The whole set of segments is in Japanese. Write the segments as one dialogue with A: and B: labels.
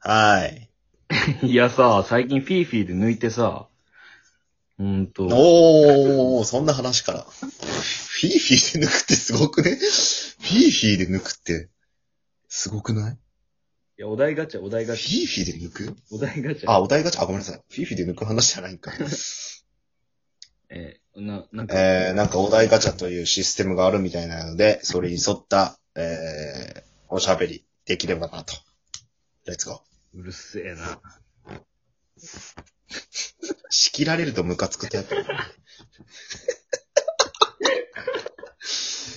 A: はい。
B: いやさ、最近フィーフィーで抜いてさ、うーんと、
A: おー、そんな話から。フィーフィーで抜くってすごくねフィーフィーで抜くって、すごくない
B: いや、お題ガチャ、お題
A: フィ
B: ガチ
A: ーフィーで抜く
B: ャ、お題ガチャ。
A: あ、お題ガチャ、あ、ごめんなさい。フィーフィーで抜く話じゃないんか。
B: えーな、なんか、
A: えー、なんかお題ガチャというシステムがあるみたいなので、それに沿った、えー、おしゃべりできればなと。レッツゴー。
B: うるせえな。
A: 仕切られるとムカつくタイプ。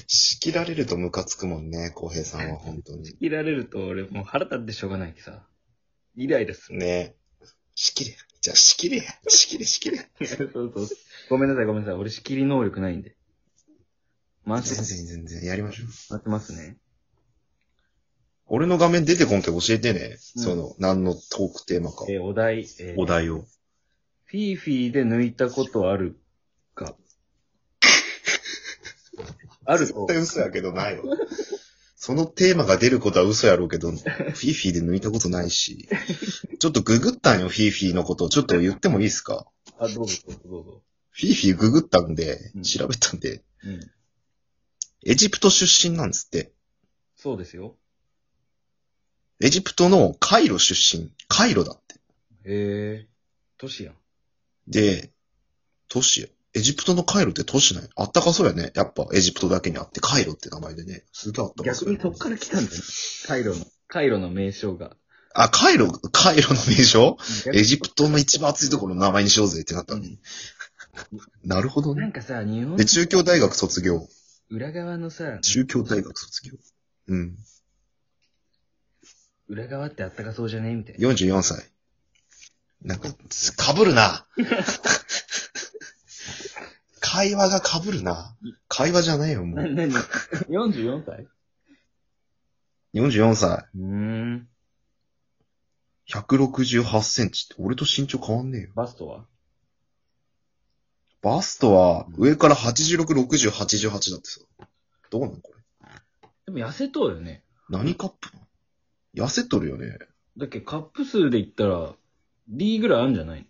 A: 仕切られるとムカつくもんね、浩平さんは本当に。
B: 切られると俺もう腹立ってしょうがないきさ。イライラする。
A: ね仕切れ。じゃあ仕切れや。仕切れ仕切れ。
B: そうそう。ごめんなさい、ごめんなさい。俺仕切り能力ないんで。回して、
A: 全
B: 回
A: 然全然やりましょう。
B: ってますね。
A: 俺の画面出てこんけど教えてね。
B: うん
A: その、何のトークテーマか。
B: えーお題、えー
A: お題を。
B: フィーフィーで抜いたことある か。ある
A: 絶
B: と
A: 対、嘘やけどないわ。そのテーマが出ることは嘘やろうけど、フィーフィーで抜いたことないし。ちょっとググったんよ、フィーフィーのことを。ちょっと言ってもいいですか
B: あ、どうぞ、どうぞ、どうぞ。
A: フィーフィーググったんで
B: う、ん
A: 調べたんで、
B: うん。
A: エジプト出身なんですって。
B: そうですよ。
A: エジプトのカイロ出身。カイロだって。
B: へえ。都市やん。
A: で、都市。エジプトのカイロって都市なんやあったかそうやね。やっぱエジプトだけにあって、カイロって名前でね。すげえあったかそうや
B: 逆
A: ね、
B: にそっから来たんだよ。カイロの、カイロの名称が。
A: あ、カイロ、カイロの名称エジプトの一番暑いところの名前にしようぜってなったのに。なるほど
B: な
A: ね。
B: んかさ、日本
A: で、中京大学卒業。
B: 裏側のさ、
A: 中京大学卒業。うん。
B: 裏側ってあったかそうじゃねみたいな。
A: 44歳。なんか、被る な。会話が被るな。会話じゃないよ、もう。
B: な、なに ?44 歳
A: 44歳。
B: うーん。
A: 168センチって、俺と身長変わんねえよ。
B: バストは
A: バストは、上から86、60、88だってさ。どうなんこれ。
B: でも痩せとうよね。
A: 何カップなの痩せとるよね。
B: だっけ、カップ数で言ったら、D ぐらいあるんじゃないの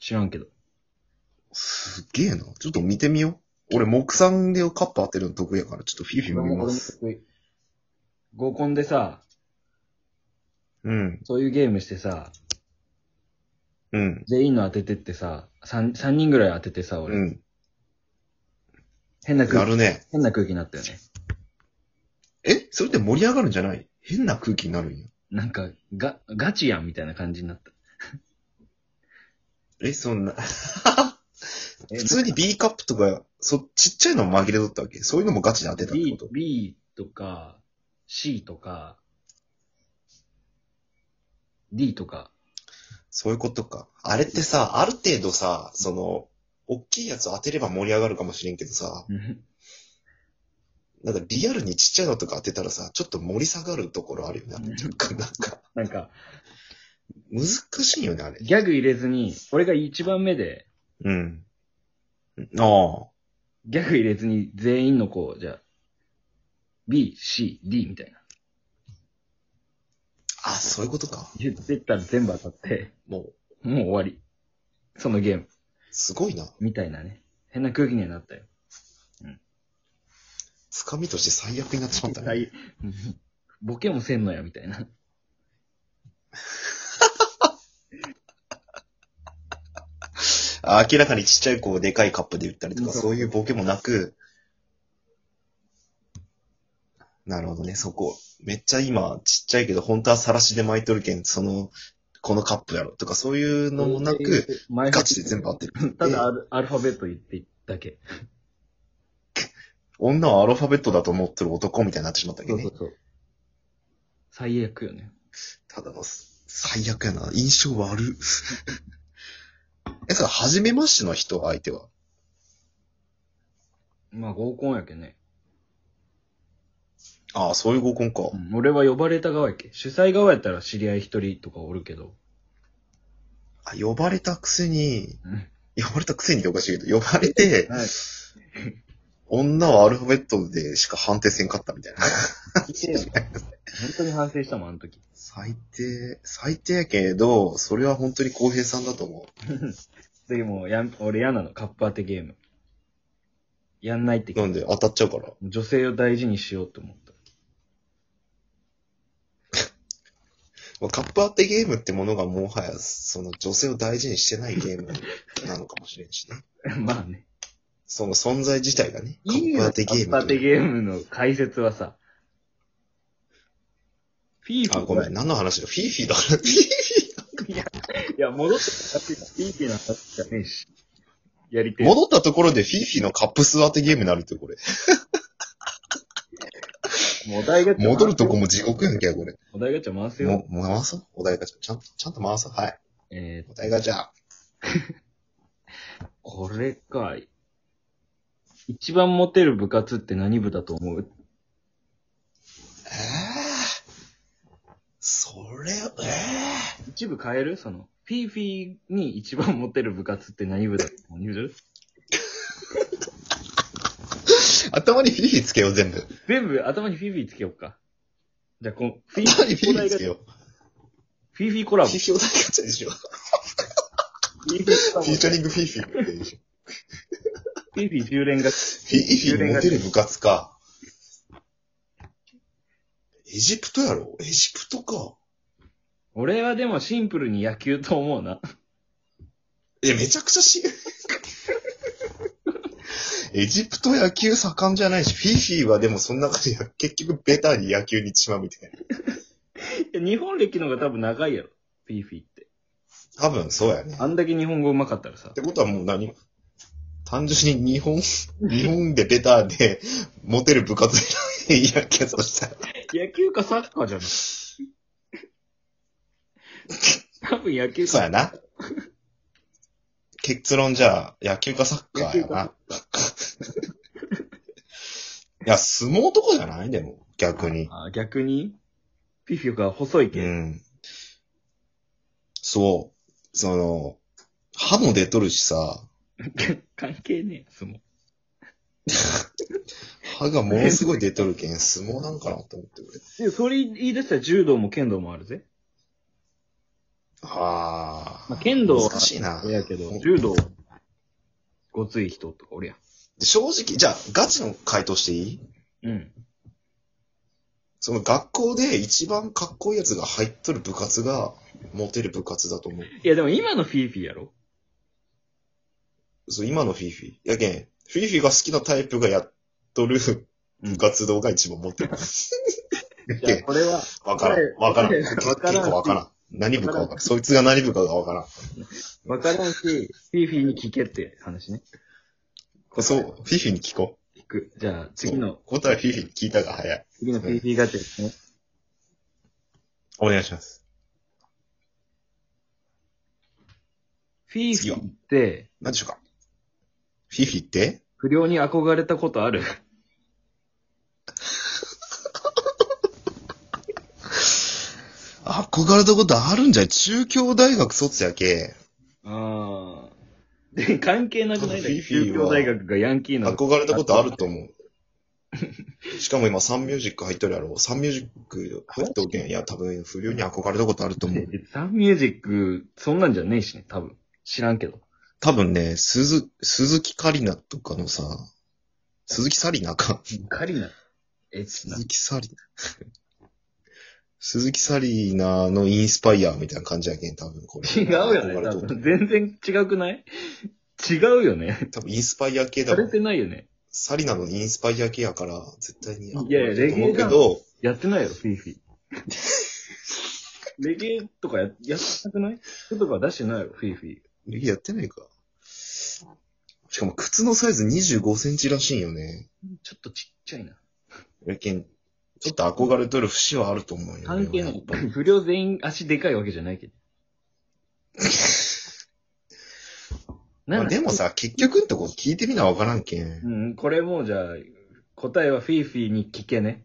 B: 知らんけど。
A: すげえな。ちょっと見てみよう。俺、木産でカップ当てるの得意やから、ちょっとフィフィ見ます。
B: 俺も合コンでさ、
A: うん、
B: そういうゲームしてさ、
A: うん、
B: 全員の当ててってさ、三三人ぐらい当ててさ、俺、
A: うん。
B: 変な
A: や
B: 空気、
A: るね。
B: 変な空気になったよね。
A: えそれって盛り上がるんじゃない変な空気になるんや。
B: なんか、が、ガチやんみたいな感じになった。
A: え、そんな。
B: え
A: 普通に B カップとか、そ、ちっちゃいのも紛れとったわけそういうのもガチで当てたってこ
B: B
A: と、
B: B とか、C とか、D とか、
A: そういうことか。あれってさ、ある程度さ、その、大きいやつ当てれば盛り上がるかもしれんけどさ、なんかリアルにちっちゃいのとか当てたらさ、ちょっと盛り下がるところあるよね。
B: うん
A: なんか、なんか、
B: なんか、
A: 難しいよね、あれ。
B: ギャグ入れずに、俺が一番目で、
A: うん。ああ。
B: ギャグ入れずに全員のこう、じゃあ、B、C、D みたいな。
A: あ、そういうことか。
B: 言ってったら全部当たって、
A: もう、
B: もう終わり。そのゲーム。
A: すごいな。
B: みたいなね。変な空気にはなったよ。
A: つかみとして最悪になってしまったね。
B: はい ボケもせんのや、みたいな。
A: あ明らかにちっちゃい子をでかいカップで言ったりとか、
B: そう
A: そういうボケもなく、なるほどね、そこ。めっちゃ今、ちっちゃいけど、本当はさらしで巻いとるけん、その、このカップやろ、とかそういうのもなく、、
B: 前
A: ガチで全部合ってる。
B: ただアルアルファベット言っていっただけ。
A: 女はアルファベットだと思ってる男みたいになってしまったわけ
B: そ
A: ど
B: う
A: ね。
B: そうそう。最悪よね。
A: ただの、最悪やな。印象悪っ。 え、それ、初めましての人、相手は。
B: まあ合コンやけね。
A: ああ、そういう合コンか。
B: うん俺は呼ばれた側やけ。主催側やったら知り合い一人とかおるけど。
A: あ、呼ばれたくせに、
B: うん
A: 呼ばれたくせにっておかしいけど、呼ばれて、
B: はい
A: 女はアルファベットでしか判定せんかったみたいな。
B: 低いよ本当に反省したもん、あの時。
A: 最低、最低やけど、それは本当に公平さんだと思
B: でもうやん、俺嫌なの、カップ当てゲーム。やんないって
A: う。なんで当たっちゃうから。
B: 女性を大事にしようと思った。
A: まあ、カップ当てゲームってものがもはや、その女性を大事にしてないゲームなのかもしれんしね。
B: まあね。
A: その存在自体がね。カ
B: いい
A: ッ
B: よ
A: プ当てゲー
B: カ
A: ム
B: ップ当
A: と
B: て
A: いう。
B: ゲームの解説はさ、フィーフ
A: あ、
B: ィ
A: ごめん。何の話だフィーフィーだ。 フィーフィ
B: いや、戻ってたフィーフィーの話じゃねえし。やりて
A: ー
B: え。
A: 戻ったところでフィーフィーのカップ数当てゲームになるってこれ。
B: もうお題ガチャ
A: 戻るとこも地獄やんけ、これ。
B: お題ガチャ回すよ。
A: も、もう回そうお題ガチャ。ちゃんと、ちゃんと回そう。はい。
B: えー、
A: お題ガチャ。
B: これか。一番モテる部活って何部だと思う
A: えーそれ、えー
B: 一部変えるその、フィーフィーに一番モテる部活って何部だと思う
A: 頭にフィーフィーつけよう、全部。
B: 全部頭にフィーフィーつけようか。じゃあ、この、フィーフ
A: 頭
B: ィ
A: に
B: ー
A: フィ
B: お
A: ーフィー
B: 題
A: つ
B: ガ
A: け
B: チャ
A: よう。
B: フィーフィーコラボ。
A: フィ
B: フ
A: ーフィー
B: ィ
A: お題ガチャにしよう。
B: ーフィーコラボ。
A: フ
B: フ
A: ィーチャリングフィーフィーでしょ。
B: ィーフィー10連が、
A: フィーフィーモテる部活か。エジプトやろエジプトか。
B: 俺はでもシンプルに野球と思うな。
A: え、めちゃくちゃし、エジプト野球盛んじゃないし、フィーフィーはでもその中でや結局ベタに野球に行ってしまうみたいな。
B: いや日本歴の方が多分長いやろ。フィーフィーって。
A: 多分そうやね。
B: あんだけ日本語上手かったらさ
A: っ。てことはもう何単純に日 本、日本でベタでモテる部活でいいやけどしたら。
B: 野球かサッカーじゃない 多分野球
A: そう
B: か。
A: やな。結論じゃあ、野球かサッカ
B: 野
A: ー
B: 球
A: やな
B: か。
A: いや、相撲とかじゃないでも、逆に。
B: あ逆にフィフィが細いう系。
A: ん。そう。その、歯も出とるしさ、
B: 関係ねえ、相撲。
A: 歯がものすごい出とるけん、相撲なんかなと思って俺。
B: でそれ言い出したら柔道も剣道もあるぜ。
A: ああ。
B: まあ剣道は
A: 難しいな。
B: やけど、柔道はごつい人とかおるや
A: 正直、じゃあ、ガチの回答していい
B: ん。うん。
A: その学校で一番かっこいいやつが入っとる部活が、モテる部活だと思う。
B: いやでも今のフィーフィやろ
A: そう、今のフィーフィー。やけん、フィーフィーが好きなタイプがやっとる部活動が一番持ってる。や
B: い
A: け
B: や、
A: ん
B: これは、
A: わからん。わからん。
B: わ
A: 結構
B: からん
A: わからん。何部かわからん。そいつが何部かがわからん。
B: わからんし、フィーフィに聞けって話ね。
A: そう、フィーフィーに聞こう。
B: 聞く。じゃあ、次の、
A: 答えフィーフィーに聞いたが早い。
B: 次のフィーフィガチャですね。
A: お願いします。
B: フィーフィーって、
A: 何でしょうかフィーフィーって
B: 不良に憧れたことある
A: 憧れたことあるんじゃない中京大学卒やけ。
B: ああ。で、関係なくない
A: フィーフィーは
B: 中京大学がヤンキーなの。
A: 憧れたことあると思う。 しかも今サンミュージック入っとるやろ。サンミュージック入っとるけん。いや、多分不良に憧れたことあると思う。
B: でサンミュージック、そんなんじゃねえしね、多分。知らんけど。
A: 多分ね、鈴、鈴木カリナとかのさ、鈴木サリナか。
B: カリナ。え、な
A: 鈴木サリナ。鈴木サリナのインスパイアみたいな感じやけん、多分これ。
B: 違うよね、
A: 憧れ
B: 多
A: とる
B: 分。全然違くない違うよね。
A: 多分インスパイア系だ
B: さ
A: も
B: れ
A: ん。
B: てないよね。
A: サリナのインスパイア系やから、絶対に。
B: いやいやレゲエ
A: 思うけ
B: だ
A: ど、
B: やってないよ、フィーフィー。レゲエとかや、やってなくない言葉出してないよ、フィーフィー。
A: レゲエやってないか。しかも靴のサイズ25センチらしいんよね。
B: ちょっとちっちゃいな。
A: やけん、ちょっと憧れとる節はあると思うよ、ね。
B: 関係な
A: や
B: い
A: っぱり。。
B: 不良全員足でかいわけじゃないけど。
A: まあ、でも
B: さ。
A: さ、結局んとこ聞いてみなわからんけん。
B: うん、これもうじゃあ、答えはフィーフィーに聞けね。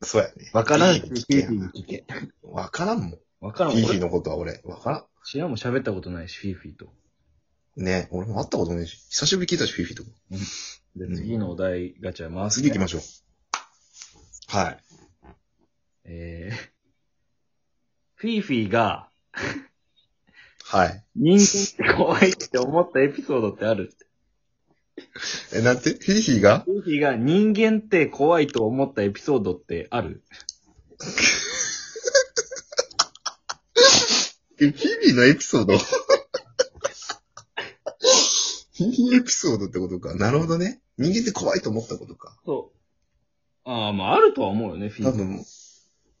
A: そうやね。
B: わからんし、
A: フ
B: フ
A: ィー
B: ィ
A: フィー
B: ーフィー
A: に
B: に聞け。
A: わからんもん。フ
B: わからん。
A: ィーフィー
B: 俺、
A: のことは俺、わから
B: 知らんも喋ったことないし、フィーフィーと。
A: ん。ね俺も会ったことないし、久しぶりに聞いたし、フィーフィーとか。
B: で、
A: うん
B: 次のお題ガチャ回す、
A: 次行きましょう。はい。
B: えー、フィーフィーが
A: はい。
B: 人間って怖いって思ったエピソードってある
A: え、なんてヒーヒーが
B: フィーフィーが人間って怖いと思ったエピソードってある
A: え、ヒーヒーのエピソー ドヒーヒーエピソードってことか。なるほどね。人間って怖いと思ったことか。
B: そう。ああ、まああるとは思うよね、フィー
A: 多
B: フィー。
A: 分、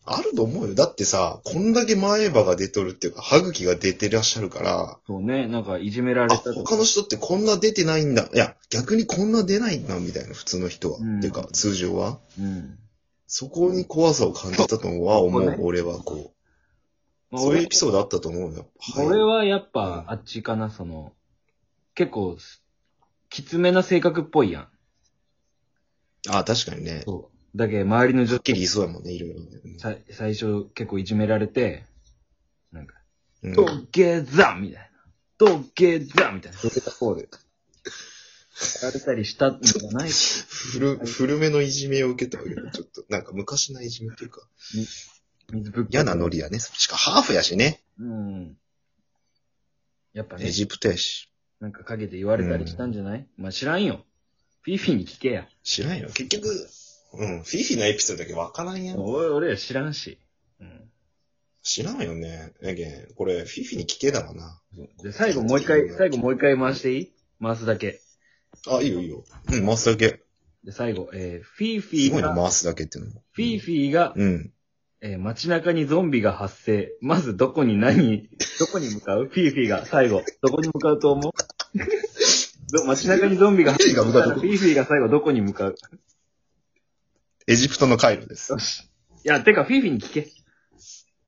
A: あると思うよ。だってさ、こんだけ前歯が出とるっていうか、歯茎が出てらっしゃるから、
B: そうね、なんかいじめられ
A: あ、
B: たと
A: 他の人ってこんな出てないんだ。いや、逆にこんな出ないんだ、みたいな、普通の人は。
B: うん
A: てか、通常は。
B: うん。
A: そこに怖さを感じたとは思、
B: そううね
A: 俺はこう。
B: まあ、
A: そういうエ
B: 俺
A: ピソードあったと思うよ。はい
B: 俺はやっぱあっちかな、その、結構、きつめな性格っぽいやん。
A: あ、確かにね。は
B: そう。だけど周りの女
A: っきり言いそうだもんね、いろいろね。
B: さ最初結構いじめられて、なんか、
A: うん
B: ドッゲーザーみたいな。ドッゲーザーみたいな。
A: それがそうで。
B: やられたりしたんじゃないし、
A: 古、古めのいじめを受けたわけだ、ちょっと。なんか昔のいじめっていうか。
B: 水ぶっかけ
A: 嫌なノリやね。しかハーフやしね。
B: うん。やっぱね
A: エ、ジプトやし。
B: なんか陰で言われたりしたんじゃない、まあ知らんよ。フィーフィーに聞けや。
A: 知らんよ。結局、うん、フィフィのエピソードだけわからんやん。
B: 俺俺ら知らんし。うん。
A: 知らんよね。やけん、これ、フィフィに聞けだわな。
B: で、最後もう一回、最後もう一回回していい回すだけ。
A: あ、いいよいいよ。うん、回すだけ。
B: で、最後、えー、フィーフィ
A: す
B: ー
A: ごい
B: が
A: な、、回すだけっていうのも。
B: フィーフィーが、
A: うん。
B: えー街中にゾンビが発生。まずどこに何、どこに向かうフィーフィーが最後、どこに向かうと 思うど街中にゾンビが発生。
A: フィーフィーが向かう
B: フィーフィーが最後どこに向かう
A: エジプトの回路です。
B: いや、てかフィーフィーに聞け。